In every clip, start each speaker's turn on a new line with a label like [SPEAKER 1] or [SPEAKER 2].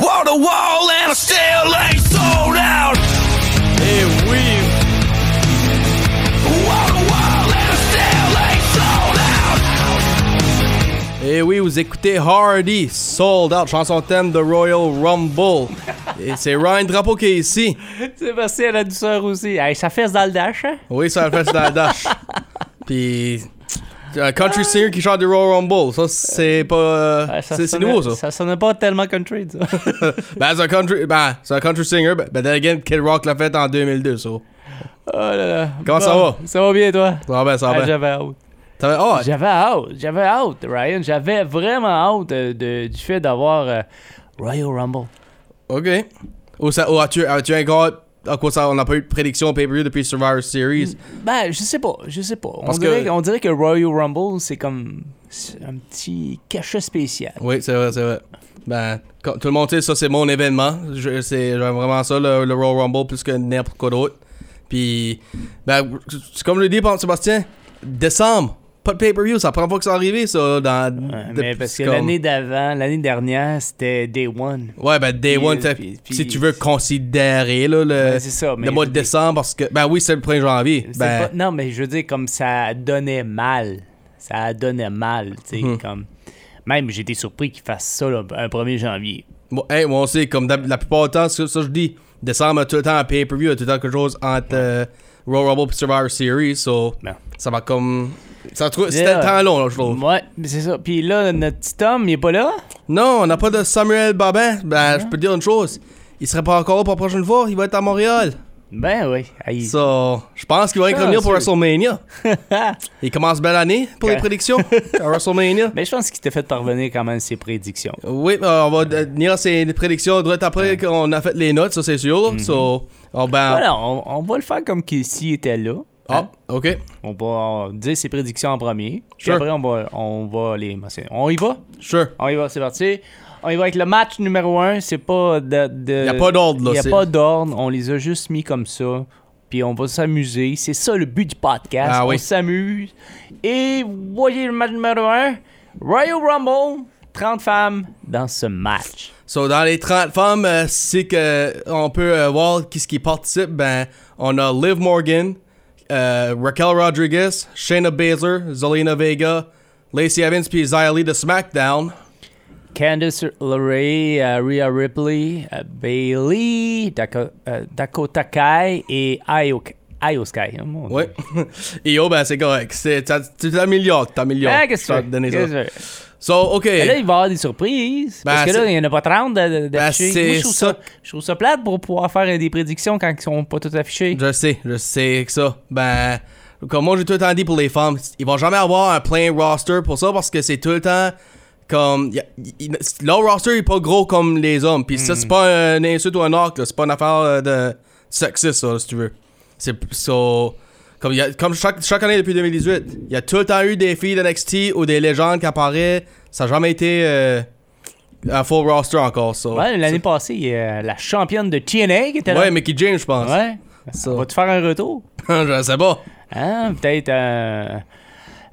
[SPEAKER 1] the wall and I still ain't sold out.
[SPEAKER 2] Et oui,
[SPEAKER 1] Wall to wall and I still ain't sold out.
[SPEAKER 2] et Eh oui, vous écoutez Hardy, Sold Out, chanson thème de Royal Rumble. Et c'est Ryan Drapeau qui est ici.
[SPEAKER 3] Sébastien, la douceur aussi. Hey, ça fesse dans le dash, hein?
[SPEAKER 2] Oui, ça le fait sur la dash. Puis, c'est un country singer qui chante du Royal Rumble, ça c'est pas... euh,
[SPEAKER 3] Ouais,
[SPEAKER 2] c'est c'est
[SPEAKER 3] sonnait-
[SPEAKER 2] nouveau ça.
[SPEAKER 3] Ça sonnait pas tellement country, ça.
[SPEAKER 2] Ben, c'est un country, ben, c'est un country singer, ben, ben then again, Kid Rock l'a fait en 2002, ça.
[SPEAKER 3] oh là là.
[SPEAKER 2] Comment ça va?
[SPEAKER 3] Ça va bien, toi?
[SPEAKER 2] Ça va bien, ça
[SPEAKER 3] Ah,
[SPEAKER 2] va bien.
[SPEAKER 3] J'avais hâte.
[SPEAKER 2] Ça va- oh,
[SPEAKER 3] J'avais hâte. J'avais hâte, Ryan. J'avais vraiment hâte euh, de- du fait d'avoir euh, Royal Rumble.
[SPEAKER 2] OK. Ou, ça, ou as-tu, as-tu encore... À quoi ça, on n'a pas eu de prédiction au pay-per-view depuis Survivor Series.
[SPEAKER 3] Ben, je sais pas, je sais pas. On,
[SPEAKER 2] Parce
[SPEAKER 3] dirait,
[SPEAKER 2] que-
[SPEAKER 3] on dirait que Royal Rumble, c'est comme c'est un petit cachet spécial.
[SPEAKER 2] Oui, c'est vrai, c'est vrai. Ben, quand- tout le monde sait, ça, c'est mon événement. Je, c'est, j'aime vraiment ça, le, le Royal Rumble, plus que n'importe quoi d'autre. Puis, ben, c'est comme je l'ai dit, par Sébastien, décembre, pas de pay-per-view, ça prend pas que ça arrive, ça. Dans,
[SPEAKER 3] Ouais,
[SPEAKER 2] de-
[SPEAKER 3] mais parce que
[SPEAKER 2] comme-
[SPEAKER 3] l'année d'avant, l'année dernière, c'était Day One.
[SPEAKER 2] Ouais, ben, Day
[SPEAKER 3] Puis,
[SPEAKER 2] One, t'as-
[SPEAKER 3] puis- puis-
[SPEAKER 2] si tu veux considérer, là, le,
[SPEAKER 3] Ben, c'est ça, mais-
[SPEAKER 2] Euh, le mois de décembre, parce que, ben oui, c'est le 1er janvier.
[SPEAKER 3] C'est
[SPEAKER 2] Ben,
[SPEAKER 3] pas- non, mais je veux dire, comme ça donnait mal. Ça donnait mal, tu sais,
[SPEAKER 2] Mhm.
[SPEAKER 3] comme... Même, j'étais surpris qu'ils fassent ça là, un 1er janvier.
[SPEAKER 2] Bon, hey, moi, on sait, comme d'hab- la plupart du temps, ça, ça, je dis, décembre, tout le temps, à pay-per-view, tout le temps, quelque chose entre euh, Royal Rumble et Survivor Series, so,
[SPEAKER 3] Ben.
[SPEAKER 2] ça va comme. Ça trouve,
[SPEAKER 3] Mais
[SPEAKER 2] c'était
[SPEAKER 3] là,
[SPEAKER 2] le temps long, là, je trouve.
[SPEAKER 3] Ouais, mais c'est ça. Puis là, notre petit homme, il est pas là.
[SPEAKER 2] Non, on n'a pas de Samuel Babin. Ben, je peux te dire une chose. Il serait pas encore là pour la prochaine fois, il va être à Montréal.
[SPEAKER 3] Ben oui. Ah, il-
[SPEAKER 2] So, je pense qu'il va être
[SPEAKER 3] Chanceux.
[SPEAKER 2] revenir pour WrestleMania. il commence belle année pour les prédictions à WrestleMania.
[SPEAKER 3] Mais je pense qu'il t'a fait parvenir quand même ses prédictions.
[SPEAKER 2] Oui, euh, on va tenir ses prédictions droit après qu'on a fait les notes, ça c'est sûr. So, oh, ben.
[SPEAKER 3] Mhm. Voilà, on, on va le faire comme que s'il était là.
[SPEAKER 2] Ah, ok.
[SPEAKER 3] On va dire ses prédictions en premier. Puis
[SPEAKER 2] Sure.
[SPEAKER 3] après, on va, on va les. On y va?
[SPEAKER 2] Sure.
[SPEAKER 3] On y va, c'est parti. On y va avec le match numéro 1. C'est pas de.
[SPEAKER 2] Y a pas d'ordre, là,
[SPEAKER 3] Il n'y
[SPEAKER 2] c'est-
[SPEAKER 3] a pas d'ordre. On les a juste mis comme ça. Puis on va s'amuser. C'est ça le but du podcast.
[SPEAKER 2] Ah oui.
[SPEAKER 3] On s'amuse. Et voyez le match numéro 1. Royal Rumble. 30 femmes dans ce match.
[SPEAKER 2] So, dans les 30 femmes, euh, c'est que on peut euh, voir qui ce qui participe. Ben, on a Liv Morgan, euh, Raquel Rodriguez, Shayna Baszler, Zelina Vega, Lacey Evans puis Xia Li de SmackDown.
[SPEAKER 3] Candice LeRae, euh, Rhea Ripley, euh, Bailey, Dakota, euh, Dakota Kai et Io, Io Sky. Oh, mon
[SPEAKER 2] Ouais. Et oh ben c'est correct. C'est t'as- tu t'améliores, t'améliores.
[SPEAKER 3] Ah, qu'est-ce
[SPEAKER 2] Je vais te
[SPEAKER 3] que tu
[SPEAKER 2] donner
[SPEAKER 3] fais?
[SPEAKER 2] ça.
[SPEAKER 3] Qu'est-ce que tu fais?
[SPEAKER 2] So, ok.
[SPEAKER 3] Mais là, il va y avoir des surprises.
[SPEAKER 2] Ben,
[SPEAKER 3] parce que là,
[SPEAKER 2] c'est- Ben,
[SPEAKER 3] il n'y en a pas 30 de- de- d'affichés.
[SPEAKER 2] c'est
[SPEAKER 3] Moi, je trouve ça...
[SPEAKER 2] ça.
[SPEAKER 3] je trouve ça plate pour pouvoir faire des prédictions quand ils sont pas toutes affichés.
[SPEAKER 2] Je sais, je sais que ça. Ben, comme moi j'ai tout le temps dit pour les femmes, ils vont jamais avoir un plein roster pour ça parce que c'est tout le temps comme. y a- y- y- leur roster est pas gros comme les hommes. Puis ça,
[SPEAKER 3] Hmm.
[SPEAKER 2] c'est pas un insulte ou un arc, là. c'est pas une affaire euh, de sexiste, ça, si tu veux. C'est. So, comme, y a- comme chaque, chaque année depuis 2018, il y a tout le temps eu des filles de NXT ou des légendes qui apparaissent. Ça n'a jamais été euh, un full roster encore, ça.
[SPEAKER 3] Ouais, L'année passée, il y a la championne de TNA qui était là.
[SPEAKER 2] ouais Mickey James, je pense.
[SPEAKER 3] Ouais.
[SPEAKER 2] Ça.
[SPEAKER 3] On va te faire un retour.
[SPEAKER 2] je sais pas.
[SPEAKER 3] Hein? Peut-être. euh,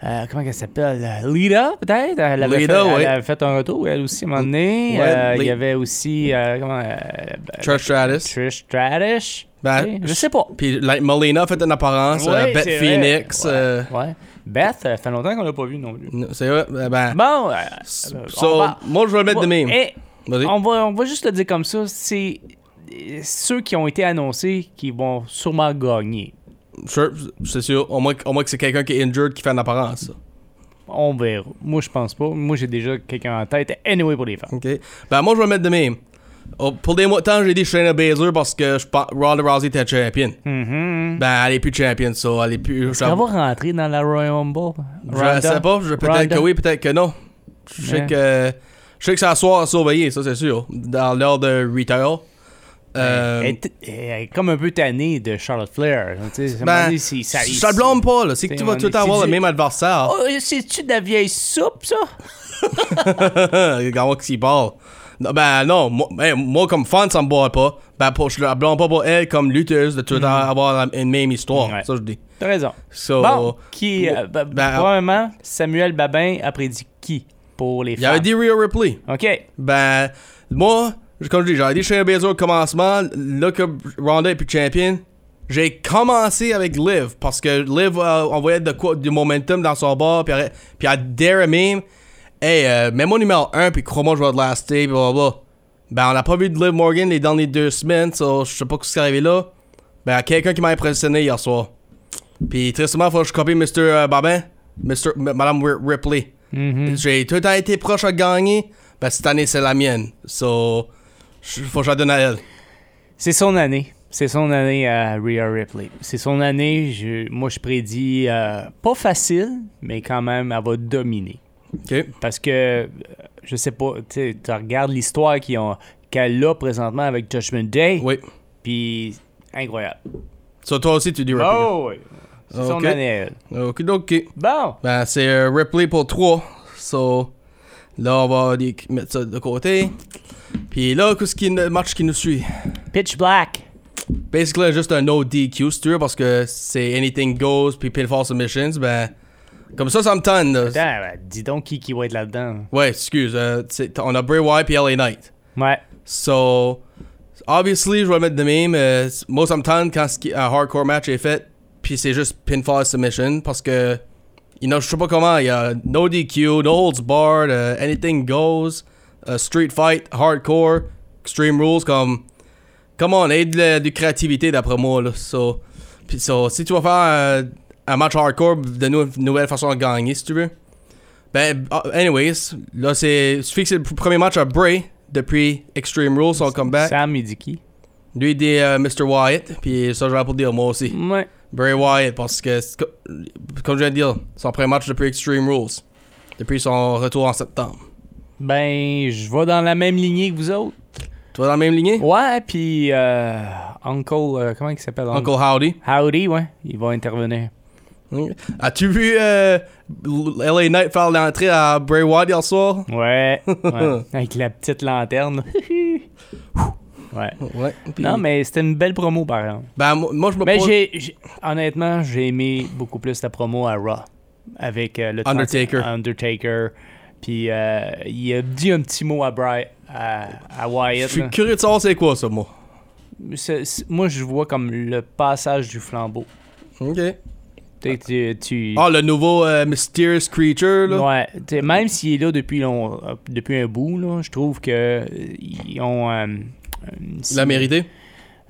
[SPEAKER 3] euh, comment elle s'appelle Euh, Lita, peut-être elle avait,
[SPEAKER 2] Lita,
[SPEAKER 3] fait, elle
[SPEAKER 2] ouais.
[SPEAKER 3] avait fait un retour, elle aussi, à un moment donné.
[SPEAKER 2] Ouais,
[SPEAKER 3] Euh,
[SPEAKER 2] Li-
[SPEAKER 3] il y avait aussi. euh, comment euh, ben,
[SPEAKER 2] Trish Stratus.
[SPEAKER 3] Trish Stratus.
[SPEAKER 2] Ben,
[SPEAKER 3] Tu sais, je sais pas.
[SPEAKER 2] Puis like, Molina a fait une apparence,
[SPEAKER 3] Ouais,
[SPEAKER 2] euh, Beth
[SPEAKER 3] c'est vrai.
[SPEAKER 2] Phoenix.
[SPEAKER 3] Ouais,
[SPEAKER 2] euh,
[SPEAKER 3] ouais. Beth, ça fait longtemps qu'on l'a pas vu non plus.
[SPEAKER 2] non, c'est vrai, euh, ben,
[SPEAKER 3] Bon, euh,
[SPEAKER 2] s-
[SPEAKER 3] euh,
[SPEAKER 2] so,
[SPEAKER 3] on va-
[SPEAKER 2] moi je vais le mettre de même.
[SPEAKER 3] Eh,
[SPEAKER 2] Vas-y.
[SPEAKER 3] on, va, on va juste le dire comme ça, c'est euh, ceux qui ont été annoncés qui vont sûrement gagner.
[SPEAKER 2] Sure, c'est sûr. Au moins, au moins que c'est quelqu'un qui est injured qui fait une apparence. ça.
[SPEAKER 3] On verra. Moi, je pense pas. Moi, j'ai déjà quelqu'un en tête. Anyway, pour les femmes.
[SPEAKER 2] Ok. Ben, moi je vais le mettre de même. Oh, pour des mois de temps, j'ai dit Shayna Baszler parce que je pense Ronda Rousey était champion. Ben, elle est plus champion, ça. Elle est plus.
[SPEAKER 3] Hmm. Est-ce qu'on Mm-hmm. va rentrer dans la Royal Rumble?
[SPEAKER 2] Je sais pas, je- peut-être que oui, peut-être que non. Je sais
[SPEAKER 3] Ouais.
[SPEAKER 2] que. Je sais que ça soir à surveiller, ça c'est sûr. Dans l'heure de retail. Euh,
[SPEAKER 3] Elle, est- elle est comme un peu tannée de Charlotte Flair. Tu sais, à un moment
[SPEAKER 2] Ben,
[SPEAKER 3] donné, c'est- ça-
[SPEAKER 2] je te le blâme pas, là. C'est que
[SPEAKER 3] c'est-
[SPEAKER 2] tu vas
[SPEAKER 3] on
[SPEAKER 2] tout le temps
[SPEAKER 3] est-
[SPEAKER 2] avoir
[SPEAKER 3] c'est
[SPEAKER 2] le
[SPEAKER 3] du-
[SPEAKER 2] même adversaire.
[SPEAKER 3] Oh, c'est-tu de la vieille soupe, ça?
[SPEAKER 2] Regarde-moi qui s'y parle. Non, ben non, moi, ben, moi, comme fan, ça me boit pas. Ben pour, je la blâme pas pour elle comme lutteuse de tout le temps avoir la- une même histoire.
[SPEAKER 3] Mm. Ouais.
[SPEAKER 2] Ça, je dis.
[SPEAKER 3] T'as raison.
[SPEAKER 2] So,
[SPEAKER 3] Bon, qui, euh, bah,
[SPEAKER 2] ben,
[SPEAKER 3] probablement, Samuel Babin a prédit qui pour les
[SPEAKER 2] Il y avait
[SPEAKER 3] femmes?
[SPEAKER 2] dit Rhea Ripley.
[SPEAKER 3] OK.
[SPEAKER 2] Ben, moi, Comme je dis, j'avais dit Shayna Baszler au commencement. Là que Ronda est plus champion, j'ai commencé avec Liv parce que Liv euh, envoyait de quoi, du momentum dans son bar. Puis elle, puis elle dare même. Hey, euh, mets-moi numéro 1 puis crois-moi, je vais te laster. Puis blablabla. Ben, on n'a pas vu de Liv Morgan les dernières deux semaines. So, je sais pas ce qui est arrivé là. Ben, quelqu'un qui m'a impressionné hier soir. Puis, tristement, faut que je copie Mr. euh, Babin, Mr. M- Madame Ri- Ripley. J'ai tout le temps été proche à gagner. Ben, cette année, c'est la mienne. So, je- faut que je la donne à elle.
[SPEAKER 3] C'est son année. C'est son année à Rhea Ripley. C'est son année, je- moi je prédis euh, pas facile, mais quand même, elle va dominer.
[SPEAKER 2] OK?
[SPEAKER 3] Parce que, euh, je sais pas, tu sais, tu regardes l'histoire qu'ils ont- qu'elle a présentement avec Judgment Day,
[SPEAKER 2] Oui.
[SPEAKER 3] puis incroyable.
[SPEAKER 2] So, toi aussi, tu dis Ripley.
[SPEAKER 3] Oh, oui. C'est son
[SPEAKER 2] Ok.
[SPEAKER 3] année à elle.
[SPEAKER 2] OK, OK.
[SPEAKER 3] Bon,
[SPEAKER 2] Ben, c'est euh, Ripley pour 3. So, là, on va les- mettre ça de côté. Puis là, qu'est-ce qui le match qui nous suit?
[SPEAKER 3] Pitch Black.
[SPEAKER 2] Basically, juste un no DQ, si tu veux, parce que c'est anything goes, puis pinfall submissions, ben... Comme ça, ça me tanne, là.
[SPEAKER 3] Attends, ben, dis donc qui, qui va être là-dedans.
[SPEAKER 2] Ouais, excuse, euh, c'est- on a Bray Wyatt puis LA Knight.
[SPEAKER 3] Ouais.
[SPEAKER 2] So, obviously, je vais le mettre de même. euh, moi, ça me tanne quand ce qui- un hardcore match est fait, puis c'est juste pinfall submission, parce que... You know, je sais pas comment, il y a no DQ, no holds barred, euh, anything goes, euh, street fight, hardcore, extreme rules, comme... Come on, aide de, de créativité d'après moi, là. So, puis so, si tu vas faire euh, un match hardcore, donne-nous une nouvelle façon de gagner, si tu veux. Ben, ah, anyways, là, c'est... Je fixe le pr- premier match à Bray depuis Extreme Rules, son comeback.
[SPEAKER 3] Sam, il dit qui?
[SPEAKER 2] Lui, il dit euh, Mr. Wyatt, puis ça, je vais pour dire moi aussi.
[SPEAKER 3] Ouais.
[SPEAKER 2] Bray Wyatt, parce que, c'est co- comme je viens de dire, son premier match depuis Extreme Rules, depuis son retour en septembre.
[SPEAKER 3] Ben, je vais dans la même lignée que vous autres.
[SPEAKER 2] Tu vas dans la même lignée?
[SPEAKER 3] Ouais, puis euh, Uncle, euh, comment il s'appelle?
[SPEAKER 2] Uncle Howdy.
[SPEAKER 3] Howdy, ouais, il va intervenir.
[SPEAKER 2] Mm. As-tu vu euh, LA Knight faire l'entrée à Bray Wyatt hier soir?
[SPEAKER 3] Ouais, ouais. avec la petite lanterne. ouais.
[SPEAKER 2] Ouais. puis-
[SPEAKER 3] Non, mais c'était une belle promo, par exemple.
[SPEAKER 2] Ben, moi, moi, je me
[SPEAKER 3] Mais
[SPEAKER 2] pose...
[SPEAKER 3] j'ai, j'ai- honnêtement, j'ai aimé beaucoup plus la promo à Raw avec euh, le
[SPEAKER 2] Undertaker.
[SPEAKER 3] Undertaker. Puis euh, il a dit un petit mot à Bri- à, à
[SPEAKER 2] Je
[SPEAKER 3] Wyatt. là.
[SPEAKER 2] suis curieux de savoir c'est quoi, ça, moi.
[SPEAKER 3] C'est- c'est- moi, je vois comme le passage du flambeau.
[SPEAKER 2] OK.
[SPEAKER 3] Tu sais, tu- tu-
[SPEAKER 2] Ah, le nouveau euh, Mysterious Creature, là.
[SPEAKER 3] Ouais, t'sais, même s'il est là depuis, long- euh, depuis un bout, là, je trouve que euh, ils ont. euh, une-
[SPEAKER 2] Il l'a mérité.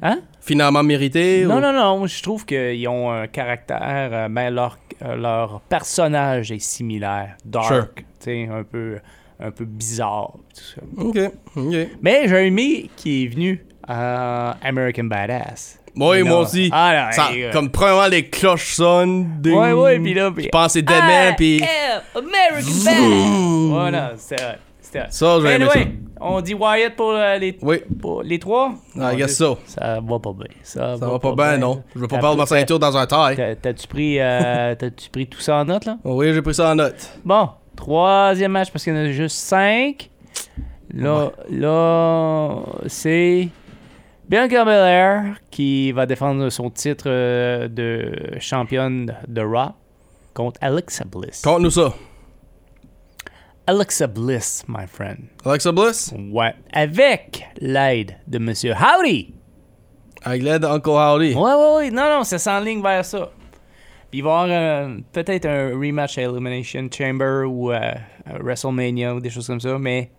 [SPEAKER 3] Hein?
[SPEAKER 2] Finalement mérité.
[SPEAKER 3] Non,
[SPEAKER 2] ou-
[SPEAKER 3] non, non, je trouve qu'ils ont un caractère, euh, ben, leur, euh, leur personnage est similaire,
[SPEAKER 2] Sure.
[SPEAKER 3] dark, t'sais, un peu, un peu bizarre. tout ça.
[SPEAKER 2] OK. OK.
[SPEAKER 3] Mais j'ai un ami qui est venu à American Badass.
[SPEAKER 2] Oui,
[SPEAKER 3] Non.
[SPEAKER 2] moi aussi.
[SPEAKER 3] Ah, non,
[SPEAKER 2] Ça-
[SPEAKER 3] hey, euh.
[SPEAKER 2] comme premièrement, les cloches sonnent. ding.
[SPEAKER 3] Ouais, ouais, puis là, puis-
[SPEAKER 2] Je pense que c'est Deadman, puis.
[SPEAKER 3] American Badass! Voilà, c'était hot, c'était hot.
[SPEAKER 2] Ça, j'ai aimé
[SPEAKER 3] Anyway, on dit Wyatt pour euh, les,
[SPEAKER 2] Oui,
[SPEAKER 3] pour les trois?
[SPEAKER 2] Ah, I guess so.
[SPEAKER 3] Ça va pas bien. Ça,
[SPEAKER 2] Ça va pas bien, non. Je veux pas perdre ma ceinture dans un taille. Oh
[SPEAKER 3] T'as- T'as-tu pris, euh, t'as-tu pris tout ça en note, là?
[SPEAKER 2] Oui, j'ai pris ça en note.
[SPEAKER 3] Bon, troisième match, parce qu'il y en a juste cinq. Là, là c'est Bianca Belair qui va défendre son titre euh, de championne de Raw contre Alexa Bliss.
[SPEAKER 2] Conte-nous ça.
[SPEAKER 3] Alexa Bliss, my friend.
[SPEAKER 2] Alexa Bliss,
[SPEAKER 3] Ouais. Avec l'aide de Monsieur Howdy.
[SPEAKER 2] avec l'aide d'Uncle Howdy.
[SPEAKER 3] Ouais, ouais, ouais. Non, non, ça s'enligne vers ça. Puis il va y avoir euh, peut-être un rematch à Elimination Chamber ou euh, à WrestleMania ou des choses comme ça, mais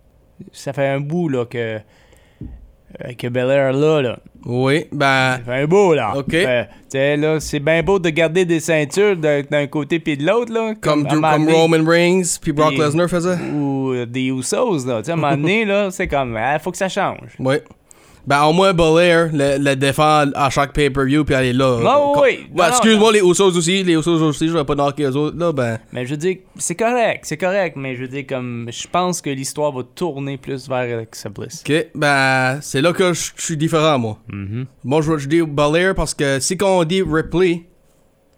[SPEAKER 3] ça fait un bout là, que, euh, que Belair là, là.
[SPEAKER 2] Oui, ben.
[SPEAKER 3] Ça fait un bout là.
[SPEAKER 2] Ok.
[SPEAKER 3] Fait, tu sais, là, c'est bien beau de garder des ceintures d'un d'un côté puis de l'autre, là.
[SPEAKER 2] Comme,
[SPEAKER 3] à
[SPEAKER 2] Drew-
[SPEAKER 3] un moment
[SPEAKER 2] comme
[SPEAKER 3] donné,
[SPEAKER 2] Roman Reigns, puis Brock
[SPEAKER 3] Puis-
[SPEAKER 2] Lesnar faisait.
[SPEAKER 3] Ou euh, des Usos, là. Tu sais, à un moment donné, là, c'est comme, ah, faut que ça change.
[SPEAKER 2] Oui. Ben, au moins, Belair le, le défend à chaque pay-per-view, puis elle est là.
[SPEAKER 3] Non,
[SPEAKER 2] Con-
[SPEAKER 3] oui, oui.
[SPEAKER 2] Ben,
[SPEAKER 3] Non,
[SPEAKER 2] excuse-moi, les Usos aussi. Les Usos aussi, je vais pas knocker les autres. Là, ben.
[SPEAKER 3] Mais je veux dire, c'est correct, c'est correct, mais je veux dire, comme, je pense que l'histoire va tourner plus vers Alexa Bliss.
[SPEAKER 2] Ok, ben, c'est là que je je suis différent, moi. Moi, je, je dis Belair parce que si qu'on dit Ripley,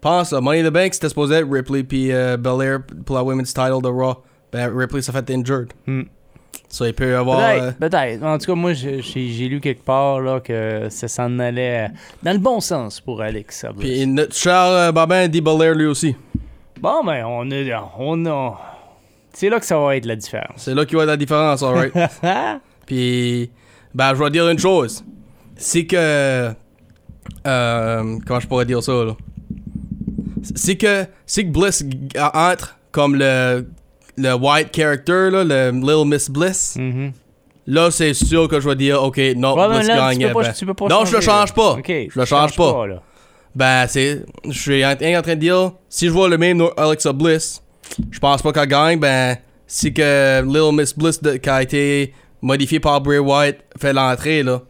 [SPEAKER 2] pense à Money in the Bank, c'était supposé être Ripley puis euh, Belair pour la Women's Title de Raw. Ben, Ripley s'est fait injured.
[SPEAKER 3] Hmm.
[SPEAKER 2] So, il peut avoir.
[SPEAKER 3] Peut-être,
[SPEAKER 2] euh,
[SPEAKER 3] peut-être. En tout cas, moi, je- j'ai j'ai lu quelque part là, que ça s'en allait euh, dans le bon sens pour Alexa Bliss.
[SPEAKER 2] puis notre Charles euh, Babin dit Belair lui aussi.
[SPEAKER 3] Bon, ben, on a. On a... C'est là que ça va être la différence.
[SPEAKER 2] Hein? C'est là qu'il y a la différence, alright.
[SPEAKER 3] Ah!
[SPEAKER 2] puis. Ben, je vais dire une chose. C'est que. euh, comment je pourrais dire ça, là? C'est que. C'est que Bliss g- entre comme le. Le white character, là, le Little Miss Bliss.
[SPEAKER 3] Mhm.
[SPEAKER 2] Là, c'est sûr que je vais dire, ok, non,
[SPEAKER 3] Ouais, mais
[SPEAKER 2] Bliss
[SPEAKER 3] là,
[SPEAKER 2] gagne.
[SPEAKER 3] tu peux pas-
[SPEAKER 2] ben.
[SPEAKER 3] tu peux pas
[SPEAKER 2] non, je le
[SPEAKER 3] changer,
[SPEAKER 2] change
[SPEAKER 3] là.
[SPEAKER 2] pas.
[SPEAKER 3] Ok, tu
[SPEAKER 2] je le change
[SPEAKER 3] changes
[SPEAKER 2] pas.
[SPEAKER 3] là.
[SPEAKER 2] Ben, c'est. Je suis en, en train de dire, si je vois le même no- Alexa Bliss, je pense pas qu'elle gagne. Ben, si que Little Miss Bliss, de- qui a été modifiée par Bray White, fait l'entrée, là,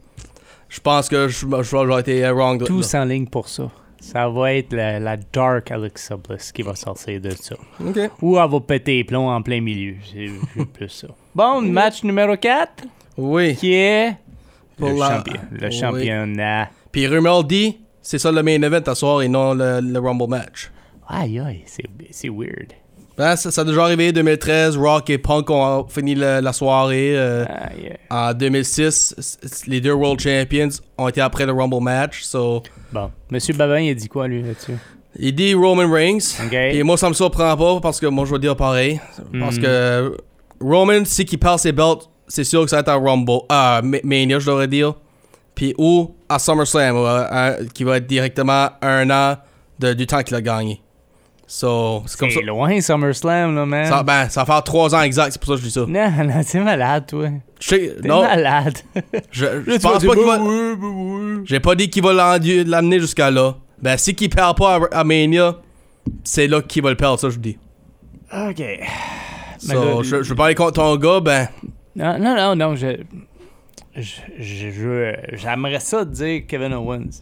[SPEAKER 2] je pense que je je- j'aurais été euh, wrong.
[SPEAKER 3] Tout
[SPEAKER 2] là.
[SPEAKER 3] s'enligne pour ça. Ça va être la, la dark Alexa Bliss qui va sortir de ça.
[SPEAKER 2] Ok.
[SPEAKER 3] Ou elle va péter les plombs en plein milieu. C'est c'est plus ça. Bon, match numéro 4
[SPEAKER 2] Oui.
[SPEAKER 3] qui est
[SPEAKER 2] Pour
[SPEAKER 3] le
[SPEAKER 2] la-
[SPEAKER 3] champion. Le
[SPEAKER 2] Oui.
[SPEAKER 3] championnat.
[SPEAKER 2] Puis rumeur dit, c'est ça le main event à soir et non le, le Rumble match.
[SPEAKER 3] Aïe, aïe, c'est- c'est weird.
[SPEAKER 2] Ben, ça, ça a déjà arrivé 2013. Rock et Punk ont fini la, la soirée. euh,
[SPEAKER 3] Aïe, aïe.
[SPEAKER 2] En 2006, s- s- les deux World Champions ont été après le Rumble match. So,
[SPEAKER 3] Bon, Monsieur Babin, il a dit quoi, lui, là-dessus?
[SPEAKER 2] il dit Roman Reigns.
[SPEAKER 3] OK.
[SPEAKER 2] Et moi, ça me surprend pas parce que moi, je vais dire pareil. Parce
[SPEAKER 3] Mhm.
[SPEAKER 2] que Roman, si qu'il perd ses belts, c'est sûr que ça va être à Rumble. Ah, Ma- Mania, je devrais dire. Puis ou à SummerSlam, ou à- à- qui va être directement un an de- du temps qu'il a gagné. So, c'est comme ça.
[SPEAKER 3] C'est hein. loin, SummerSlam, là, man.
[SPEAKER 2] Ça, ben, ça va faire trois ans exact, c'est pour ça que je dis ça.
[SPEAKER 3] Non, non, t'es malade, toi.
[SPEAKER 2] Je sais-
[SPEAKER 3] T'es
[SPEAKER 2] non,
[SPEAKER 3] malade.
[SPEAKER 2] je, je pense
[SPEAKER 3] bah
[SPEAKER 2] pas qu'il va. J'ai pas dit qu'il va l'endu- l'amener jusqu'à là. Ben, si qu'il perd pas à, à Mania, c'est là qu'il va le perdre, ça, je dis.
[SPEAKER 3] OK. Mais
[SPEAKER 2] So,
[SPEAKER 3] Ben là,
[SPEAKER 2] je, je veux pas aller contre ton gars, ben,
[SPEAKER 3] Non, non, non, non, je. je- je- je- J'aimerais ça dire Kevin Owens.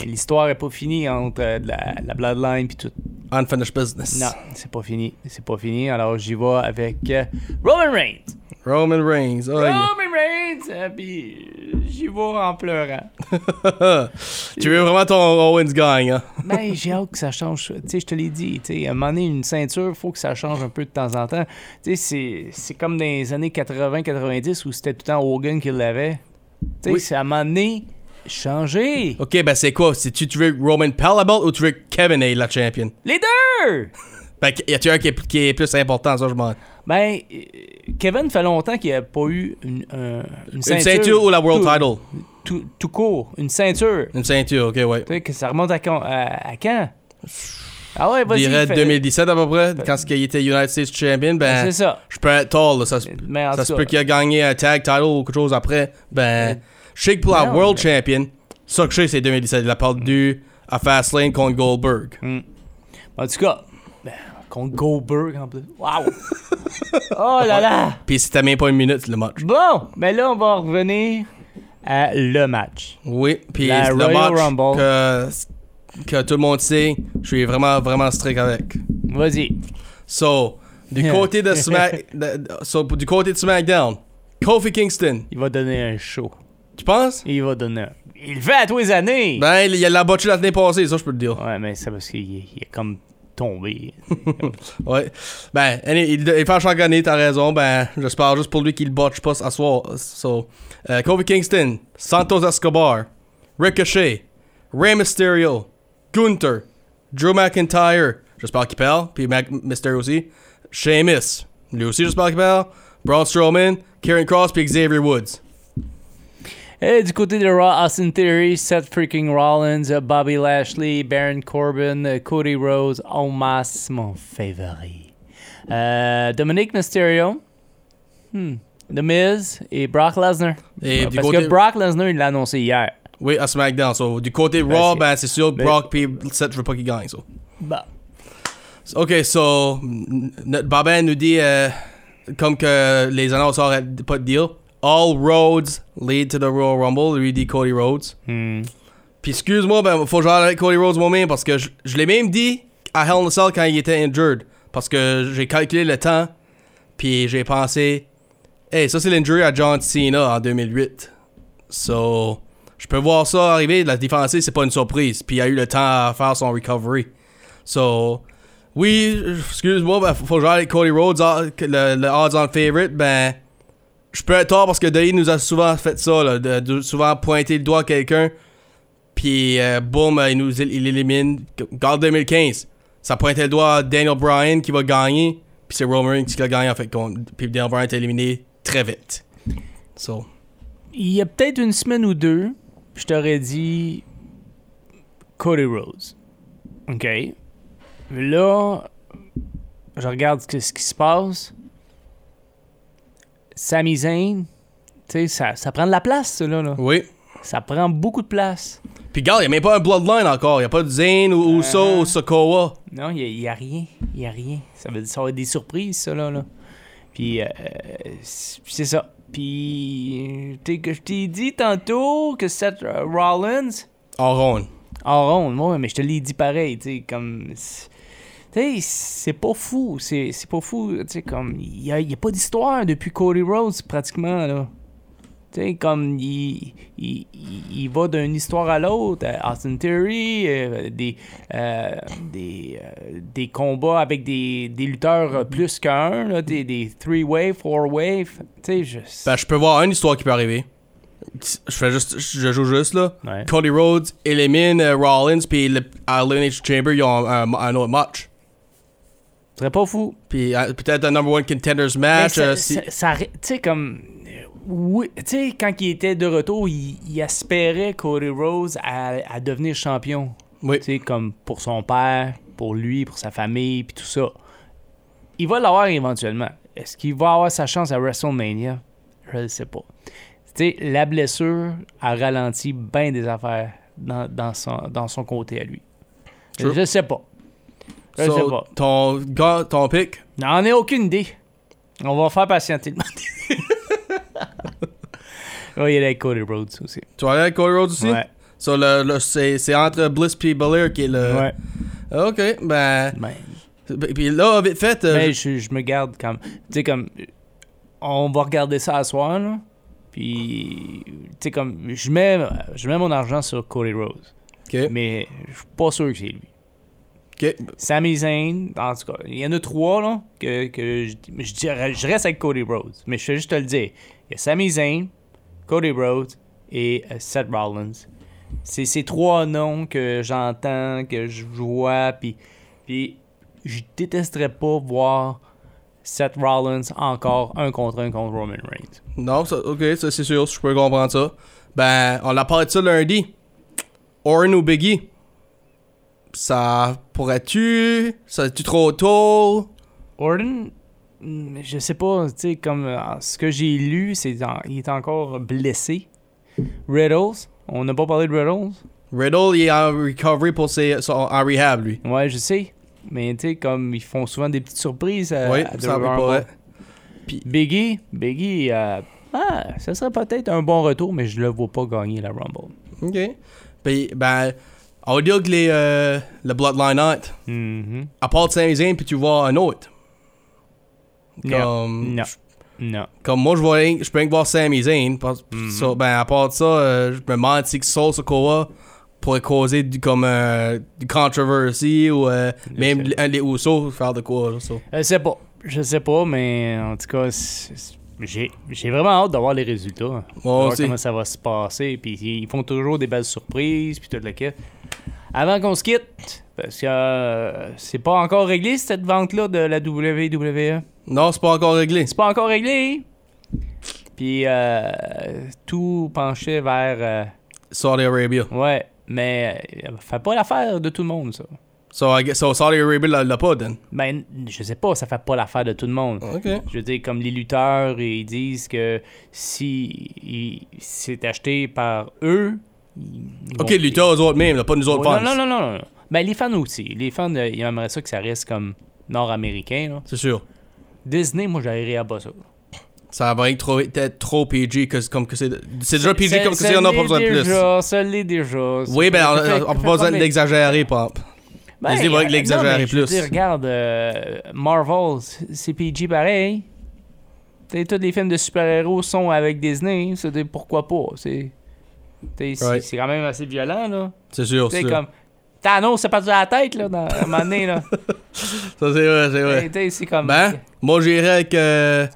[SPEAKER 3] Mais l'histoire est pas finie entre euh, de la, la Bloodline puis tout.
[SPEAKER 2] unfinished business.
[SPEAKER 3] Non, c'est pas fini. C'est pas fini. Alors j'y vais avec euh, Roman Reigns.
[SPEAKER 2] Roman Reigns, oh,
[SPEAKER 3] Roman Reigns! euh, puis euh, j'y vais en pleurant.
[SPEAKER 2] yeah. Tu veux vraiment ton Owens gagne, hein?
[SPEAKER 3] Mais Ben, j'ai hâte que ça change. Tu sais, je te l'ai dit. Tu sais, à un moment donné, une ceinture, faut que ça change un peu de temps en temps. Tu sais, c'est- c'est comme dans les années 80-90 où c'était tout le temps Hogan qui l'avait. Tu sais,
[SPEAKER 2] Oui.
[SPEAKER 3] c'est à un moment donné, changer.
[SPEAKER 2] Ok, ben c'est quoi? Si tu, tu veux que Roman perd la belt ou tu veux que Kevin ait la champion?
[SPEAKER 3] Les deux!
[SPEAKER 2] Ben, y a-tu un qui est, qui est plus important, ça, je m'en.
[SPEAKER 3] Ben, euh, Kevin fait longtemps qu'il n'a pas eu une, un- une
[SPEAKER 2] Une ceinture ou la world
[SPEAKER 3] Tout-
[SPEAKER 2] title?
[SPEAKER 3] Tout, tout court, une ceinture.
[SPEAKER 2] Une ceinture, ok, ouais.
[SPEAKER 3] Tu sais, que ça remonte à quand? À, à quand? Ah ouais,
[SPEAKER 2] Je
[SPEAKER 3] vas-y.
[SPEAKER 2] dirais
[SPEAKER 3] fais-
[SPEAKER 2] 2017 à peu près, quand il était United States Champion, ben.
[SPEAKER 3] C'est ça.
[SPEAKER 2] Je peux être tall, là, ça, se-
[SPEAKER 3] Mais en
[SPEAKER 2] ça
[SPEAKER 3] tout
[SPEAKER 2] se
[SPEAKER 3] cas-
[SPEAKER 2] peut qu'il a gagné un tag title ou quelque chose après. Ben, je sais que pour la
[SPEAKER 3] Non,
[SPEAKER 2] World
[SPEAKER 3] mais-
[SPEAKER 2] Champion, ça que je sais, c'est 2017. Il a perdu à Fastlane contre Goldberg.
[SPEAKER 3] Mm. En tout cas, ben, contre Goldberg en plus. Waouh! oh là là!
[SPEAKER 2] Puis c'était même pas une minute, le match.
[SPEAKER 3] Bon, mais là, on va revenir à le match.
[SPEAKER 2] Oui, puis
[SPEAKER 3] La
[SPEAKER 2] c'est le
[SPEAKER 3] Royal
[SPEAKER 2] match
[SPEAKER 3] Rumble.
[SPEAKER 2] que, que tout le monde sait, je suis vraiment, vraiment strict avec.
[SPEAKER 3] Vas-y.
[SPEAKER 2] So, du côté de, Smack, de- de- so, du côté de SmackDown, Kofi Kingston,
[SPEAKER 3] Il va donner un show.
[SPEAKER 2] tu penses?
[SPEAKER 3] Il va donner un... Il le fait à tous les années!
[SPEAKER 2] Ben, il il l'a battu l'année passée, ça, je peux te dire.
[SPEAKER 3] Ouais, mais c'est parce qu'il est- il est comme tombé.
[SPEAKER 2] Ouais. Ben, anyway, il, il fait chaque année, t'as raison. Ben, j'espère juste pour lui qu'il botche pas à soir. So, euh, Kobe Kingston, Santos Escobar, Ricochet, Rey Mysterio, Gunther, Drew McIntyre, j'espère qu'il perd, puis Mac Mysterio aussi, Sheamus, lui aussi j'espère qu'il perd, Braun Strowman, Karen Cross, puis Xavier Woods.
[SPEAKER 3] Et du côté de Raw, Austin Theory, Seth freaking Rollins, uh, Bobby Lashley, Baron Corbin, uh, Cody Rose, Omas, mon favori. Euh, Dominic Mysterio, hmm, The Miz et Brock Lesnar.
[SPEAKER 2] Et
[SPEAKER 3] Parce
[SPEAKER 2] Eh, du côté,
[SPEAKER 3] que Brock Lesnar, il l'a annoncé hier.
[SPEAKER 2] oui, à SmackDown. So, du côté Raw,
[SPEAKER 3] c'est-
[SPEAKER 2] ben c'est sûr,
[SPEAKER 3] ben-
[SPEAKER 2] Brock puis Seth, je veux pas qu'il gagne. So.
[SPEAKER 3] Bah.
[SPEAKER 2] OK, so, n- notre Babin nous dit, euh, comme que les annonces n'arrêtent pas de dire, All roads lead to the Royal Rumble. Lui dit Cody Rhodes.
[SPEAKER 3] Hmm.
[SPEAKER 2] Puis excuse-moi, ben, faut que j'aille avec Cody Rhodes moi-même parce que je, je l'ai même dit à Hell in a Cell quand il était injured. Parce que j'ai calculé le temps, puis j'ai pensé, hey, ça c'est l'injury à John Cena en 2008. So, je peux voir ça arriver. La défensive, c'est pas une surprise. Puis il a eu le temps à faire son recovery. So, oui, excuse-moi, ben, faut que j'aille avec Cody Rhodes, ah, que le, le odds-on favorite, ben. Je peux être tort parce que Dave nous a souvent fait ça, là, de, de souvent pointer le doigt à quelqu'un, puis euh, boum, euh, il nous il élimine. Garde 2015, ça pointait le doigt à Daniel Bryan qui va gagner, puis c'est Roman Reigns qui va gagner en fait. contre- Puis Daniel Bryan est éliminé très vite. So,
[SPEAKER 3] il y a peut-être une semaine ou deux, je t'aurais dit Cody Rhodes. OK. Là, je regarde que- ce qui se passe. Sami Zayn, tu sais, ça, ça prend de la place, ça, là, là.
[SPEAKER 2] Oui.
[SPEAKER 3] Ça prend beaucoup de place.
[SPEAKER 2] Puis regarde, il n'y a même pas un Bloodline encore. Il n'y a pas de Zane ou Uso ou Sokoa.
[SPEAKER 3] Non, il n'y a, rien. Il n'y a rien. Ça veut dire ça va être des surprises, ça, là. là. Puis, euh, c'est c'est ça. Puis, tu sais, que je t'ai dit tantôt que Seth euh, Rollins,
[SPEAKER 2] En ronde.
[SPEAKER 3] en ronde, moi, Ah, mais je te l'ai dit pareil, tu sais, comme... c'est- Tu sais, c'est pas fou, c'est c'est pas fou, tu sais, comme... Il n'y a, y a pas d'histoire depuis Cody Rhodes, pratiquement, là. Tu sais, comme, il, il, il- il va d'une histoire à l'autre, euh, Austin Theory, euh, des, euh, des, euh, des combats avec des, des lutteurs euh, plus qu'un, là, des, des three-way, four-way, tu sais, juste...
[SPEAKER 2] Ben, je peux voir une histoire qui peut arriver. Je fais juste, je joue juste là.
[SPEAKER 3] Ouais.
[SPEAKER 2] Cody Rhodes élimine euh, Rollins, puis le, à l'Elimination Chamber, ils ont un, un autre match.
[SPEAKER 3] Ce serait pas fou.
[SPEAKER 2] Puis euh, peut-être un number one contenders
[SPEAKER 3] Mais
[SPEAKER 2] match.
[SPEAKER 3] ça-
[SPEAKER 2] euh, si-
[SPEAKER 3] ça- ça arrête- tu sais, comme. euh, Oui, tu sais, quand il était de retour, il, il espérait Cody Rhodes à, à devenir champion.
[SPEAKER 2] Oui.
[SPEAKER 3] Tu sais, comme pour son père, pour lui, pour sa famille, puis tout ça. Il va l'avoir éventuellement. Est-ce qu'il va avoir sa chance à WrestleMania? Je ne sais pas. Tu sais, la blessure a ralenti bien des affaires dans, dans son, dans son côté à lui.
[SPEAKER 2] Sure.
[SPEAKER 3] Je sais pas. Je
[SPEAKER 2] So,
[SPEAKER 3] sais pas.
[SPEAKER 2] Ton, gars- ton pick.
[SPEAKER 3] N'en ai aucune idée. On va faire patienter le matin. oui, il est avec Cody Rhodes aussi.
[SPEAKER 2] Tu vas aller avec Cody Rhodes aussi?
[SPEAKER 3] Ouais.
[SPEAKER 2] So, le, le- c'est, c'est entre Bliss puis Belair qui est le.
[SPEAKER 3] ouais.
[SPEAKER 2] Ok, ben.
[SPEAKER 3] Ben,
[SPEAKER 2] Puis là, vite fait. euh,
[SPEAKER 3] ben, je, je me garde comme. Tu sais, comme. On va regarder ça à soir, là. Puis. Tu sais, comme. Je mets, je mets mon argent sur Cody Rhodes.
[SPEAKER 2] je- ok,
[SPEAKER 3] Mais je suis pas sûr que c'est lui.
[SPEAKER 2] ok.
[SPEAKER 3] Sami Zayn, en tout cas, il y en a trois, là, que, que je, je dirais- je reste avec Cody Rhodes. Mais je vais juste te le dire. Il y a Sami Zayn, Cody Rhodes et euh, Seth Rollins. C'est ces trois noms que j'entends, que je vois, puis, puis je détesterais pas voir Seth Rollins encore un contre un contre Roman Reigns.
[SPEAKER 2] Non, ça, ok, ça c'est sûr, je peux comprendre ça. Ben, on a parlé de ça lundi. Orin ou Biggie? Ça pourrais-tu? Ça tu trop tôt?
[SPEAKER 3] Orton, mm, je sais pas, tu sais, comme euh, ce que j'ai lu, c'est en- il est encore blessé. Riddles, on n'a pas parlé de Riddles.
[SPEAKER 2] Riddle, il est en recovery pour ses, son- en rehab, lui.
[SPEAKER 3] Ouais, je sais. Mais tu sais, comme ils font souvent des petites surprises à,
[SPEAKER 2] oui,
[SPEAKER 3] Euh, à The
[SPEAKER 2] ça va
[SPEAKER 3] Rumble.
[SPEAKER 2] pas. ouais.
[SPEAKER 3] Biggie, Biggie, euh, ah, ça serait peut-être un bon retour, mais je le vois pas gagner la Rumble.
[SPEAKER 2] Ok. Puis, ben, on va dire que les, euh, le Bloodline Hunt,
[SPEAKER 3] Mhm.
[SPEAKER 2] à part de Saint-Zin, puis tu vois un autre.
[SPEAKER 3] Non,
[SPEAKER 2] Comme-
[SPEAKER 3] non, non.
[SPEAKER 2] Comme moi, je vois rien- je peux rien que voir Sami Zayn. parce-
[SPEAKER 3] Mhm.
[SPEAKER 2] ça, ben, à part de ça, euh, je me demande si Soul Sokoa pourrait causer du, comme, euh, du controversy ou euh, même
[SPEAKER 3] sais.
[SPEAKER 2] un des Usos faire de quoi. là, ça.
[SPEAKER 3] Je sais pas. Je sais pas, mais en tout cas, c'est- c'est- j'ai j'ai vraiment hâte d'avoir les résultats. hein. De voir
[SPEAKER 2] aussi.
[SPEAKER 3] comment ça va se passer. Puis ils font toujours des belles surprises, puis toute la quête. Avant qu'on se quitte, parce que euh, c'est pas encore réglé cette vente-là de la WWE.
[SPEAKER 2] Non, c'est pas encore réglé.
[SPEAKER 3] C'est pas encore réglé. Puis euh, tout penchait vers. euh,
[SPEAKER 2] Saudi Arabia.
[SPEAKER 3] ouais, mais euh, fait pas l'affaire de tout le monde, ça.
[SPEAKER 2] So, I guess- so Saudi Arabia l'a- l'a pas, then.
[SPEAKER 3] Ben, je sais pas, ça fait pas l'affaire de tout le monde.
[SPEAKER 2] Ok.
[SPEAKER 3] Je veux dire, comme les lutteurs, ils disent que si il- c'est acheté par eux. ils- ils
[SPEAKER 2] Ok,
[SPEAKER 3] vont-
[SPEAKER 2] Luta, eux autres même, là, pas nous autres
[SPEAKER 3] Ouais,
[SPEAKER 2] fans.
[SPEAKER 3] non, non, non, non, non. Ben, les fans aussi. Les fans, euh, ils aimeraient ça que ça reste comme nord-américain. là.
[SPEAKER 2] C'est sûr.
[SPEAKER 3] Disney, moi, j'aimerais à bas ça.
[SPEAKER 2] Ça va être trop, peut-être trop PG. Que, comme que c'est, c'est déjà PG comme que c'est, on n'a
[SPEAKER 3] n'a
[SPEAKER 2] pas besoin de plus.
[SPEAKER 3] Ça l'est déjà. ça-
[SPEAKER 2] Oui, ben, on,
[SPEAKER 3] Fait-
[SPEAKER 2] on peut
[SPEAKER 3] fait
[SPEAKER 2] pas besoin de
[SPEAKER 3] les-
[SPEAKER 2] l'exagérer, Pop.
[SPEAKER 3] Ben,
[SPEAKER 2] Disney va
[SPEAKER 3] euh,
[SPEAKER 2] l'exagérer
[SPEAKER 3] non, mais je veux
[SPEAKER 2] plus.
[SPEAKER 3] dire, regarde, euh, Marvel, c'est c'est PG pareil. T'sais, tous les films de super-héros sont avec Disney. c'est des- pourquoi pas? C'est t'sais, c'est-
[SPEAKER 2] Right.
[SPEAKER 3] c'est quand même assez violent, là.
[SPEAKER 2] C'est sûr, c'est
[SPEAKER 3] T'sais,
[SPEAKER 2] sûr.
[SPEAKER 3] comme... Thanos, c'est parti de la tête, là, dans, à un moment donné, là.
[SPEAKER 2] Ça, c'est vrai, c'est vrai.
[SPEAKER 3] T'sais, t'sais, c'est comme...
[SPEAKER 2] Ben, moi j'irais avec euh,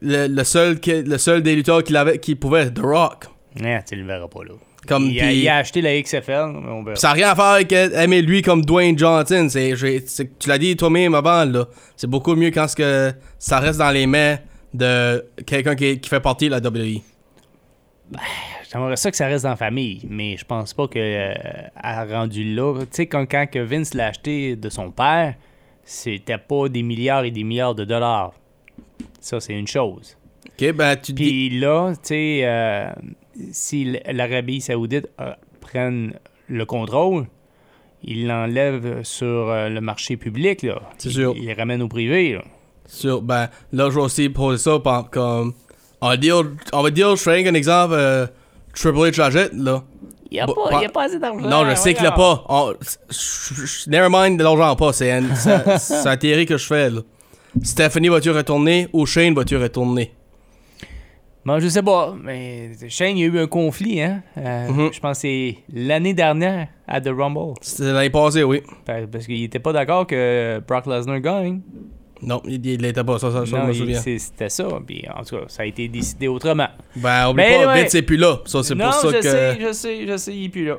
[SPEAKER 2] le, le seul qui- le seul des lutteurs qui l'avait qui pouvait The Rock.
[SPEAKER 3] Non, tu le verras pas, là.
[SPEAKER 2] Comme
[SPEAKER 3] Il, a,
[SPEAKER 2] pis-
[SPEAKER 3] il a acheté la XFL, mais on verra.
[SPEAKER 2] pis ça n'a rien à faire avec euh, aimer lui comme Dwayne Johnson. C'est, j'ai- c'est- tu l'as dit toi-même avant là. C'est beaucoup mieux quand ce E. que ça reste dans les mains de quelqu'un qui, qui fait partie de la WWE.
[SPEAKER 3] J'aimerais ça que ça reste dans la famille, mais je pense pas que euh, à rendu là. Tu sais, quand, quand que Vince l'a acheté de son père, c'était pas des milliards et des milliards de dollars. Ça, c'est une chose.
[SPEAKER 2] Ok, ben tu dis.
[SPEAKER 3] Puis là, tu sais, euh, si l- l'Arabie Saoudite euh, prenne le contrôle, ils l'enlèvent sur euh, le marché public, là.
[SPEAKER 2] C'est
[SPEAKER 3] Ils-
[SPEAKER 2] sûr.
[SPEAKER 3] Ils le ramènent au privé, là.
[SPEAKER 2] Sur, ben, là, je vais aussi poser ça par- comme. On, deal- on va dire, je fais un exemple, euh, Triple H achète, là.
[SPEAKER 3] Il n'y a,
[SPEAKER 2] Bah, pas- pas- y a
[SPEAKER 3] assez d'argent.
[SPEAKER 2] Non, je sais qu'il l'a pas. Oh, On- je- je- never mind de l'argent pas. C'est une- c'est- c'est la théorie que je fais, là. Stephanie, vas-tu retourner ou Shane, vas-tu retourner?
[SPEAKER 3] Bon, je sais pas, mais Shane, il y a eu un conflit, hein. Euh,
[SPEAKER 2] Mhm.
[SPEAKER 3] Je pense que c'est l'année dernière à The Rumble.
[SPEAKER 2] C'est l'année passée, oui.
[SPEAKER 3] Par- Parce qu'il était pas d'accord que Brock Lesnar gagne.
[SPEAKER 2] Non, il il l'était pas, ça, ça, ça,
[SPEAKER 3] Non,
[SPEAKER 2] je me
[SPEAKER 3] il-
[SPEAKER 2] souviens.
[SPEAKER 3] c'est- c'était ça. Puis, en tout cas, ça a été décidé autrement.
[SPEAKER 2] Ben, oublie
[SPEAKER 3] Mais
[SPEAKER 2] pas,
[SPEAKER 3] ouais.
[SPEAKER 2] Vince c'est plus là. Ça, c'est
[SPEAKER 3] non,
[SPEAKER 2] pour ça
[SPEAKER 3] je
[SPEAKER 2] que.
[SPEAKER 3] sais, je sais, je sais, il est plus là.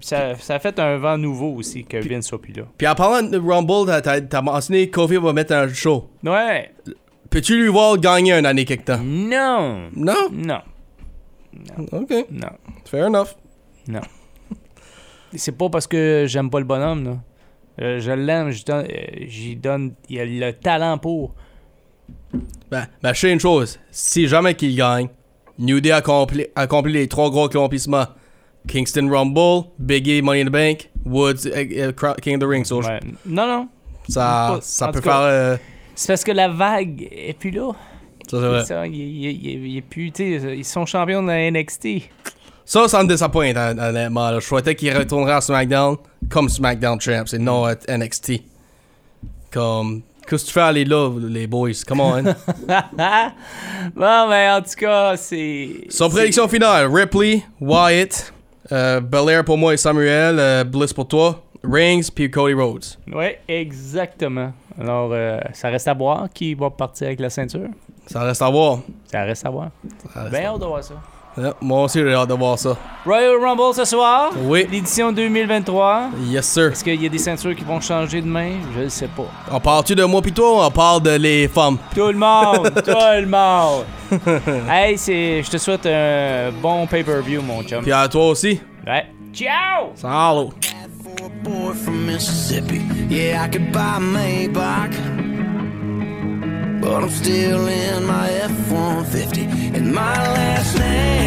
[SPEAKER 3] Ça, ça a fait un vent nouveau aussi que Vince soit plus là.
[SPEAKER 2] Puis en parlant de Rumble, t'as- t'as t'as mentionné Kofi va mettre un show.
[SPEAKER 3] Ouais.
[SPEAKER 2] Peux-tu lui voir gagner un année quelque temps?
[SPEAKER 3] Non.
[SPEAKER 2] Non?
[SPEAKER 3] Non.
[SPEAKER 2] Ok,
[SPEAKER 3] Non.
[SPEAKER 2] fair enough.
[SPEAKER 3] Non. C'est pas parce que j'aime pas le bonhomme, là. Euh, je l'aime, je donne- euh, j'y donne, Il a le talent pour.
[SPEAKER 2] Ben, ben, je sais une chose. Si jamais qu'il gagne, New Day accomplit, accomplit les trois gros accomplissements. Kingston Rumble, Big E Money in the Bank, Woods, euh, euh, Crown- King of the Ring. So,
[SPEAKER 3] Ouais. Non, non.
[SPEAKER 2] Ça,
[SPEAKER 3] Pas-
[SPEAKER 2] ça
[SPEAKER 3] en
[SPEAKER 2] peut
[SPEAKER 3] tout
[SPEAKER 2] faire...
[SPEAKER 3] cas-
[SPEAKER 2] euh,
[SPEAKER 3] C'est parce que la vague est plus là.
[SPEAKER 2] ça, c'est vrai.
[SPEAKER 3] C'est ça, il, il- il- il est plus, tu sais, ils sont champions de la NXT.
[SPEAKER 2] Ça, ça me désappointe, hon- honnêtement. là. Je souhaitais qu'il retournerait à SmackDown comme SmackDown Champs et non à NXT. Comme... Qu'est-ce que tu fais aller là, les boys? Come on. hein.
[SPEAKER 3] bon, ben, en tout cas, c'est.
[SPEAKER 2] Son prédiction finale, Ripley, Wyatt, euh, Belair pour moi et Samuel, euh, Bliss pour toi, Rings puis Cody Rhodes.
[SPEAKER 3] c'est- Ouais, exactement. Alors, euh, ça reste à voir qui va partir avec la ceinture.
[SPEAKER 2] Ça reste à voir.
[SPEAKER 3] Ça reste à voir.
[SPEAKER 2] Ça reste
[SPEAKER 3] Ben, hâte de voir ça.
[SPEAKER 2] à- Ouais, moi aussi j'ai hâte de voir ça.
[SPEAKER 3] Royal Rumble ce soir.
[SPEAKER 2] Oui.
[SPEAKER 3] L'édition 2023.
[SPEAKER 2] Yes sir.
[SPEAKER 3] Est-ce qu'il y a des ceintures qui vont changer de main? Je ne sais pas.
[SPEAKER 2] On parle-tu de moi pis toi ou on parle de les femmes?
[SPEAKER 3] Tout le monde! tout le monde! hey, c'est... je te souhaite un bon pay-per-view, mon chum.
[SPEAKER 2] Puis à toi aussi.
[SPEAKER 3] Ouais. Ciao!
[SPEAKER 2] Salut!
[SPEAKER 1] For a boy from Mississippi, yeah, I could buy a Maybach, but I'm still in my F 150, and my last name.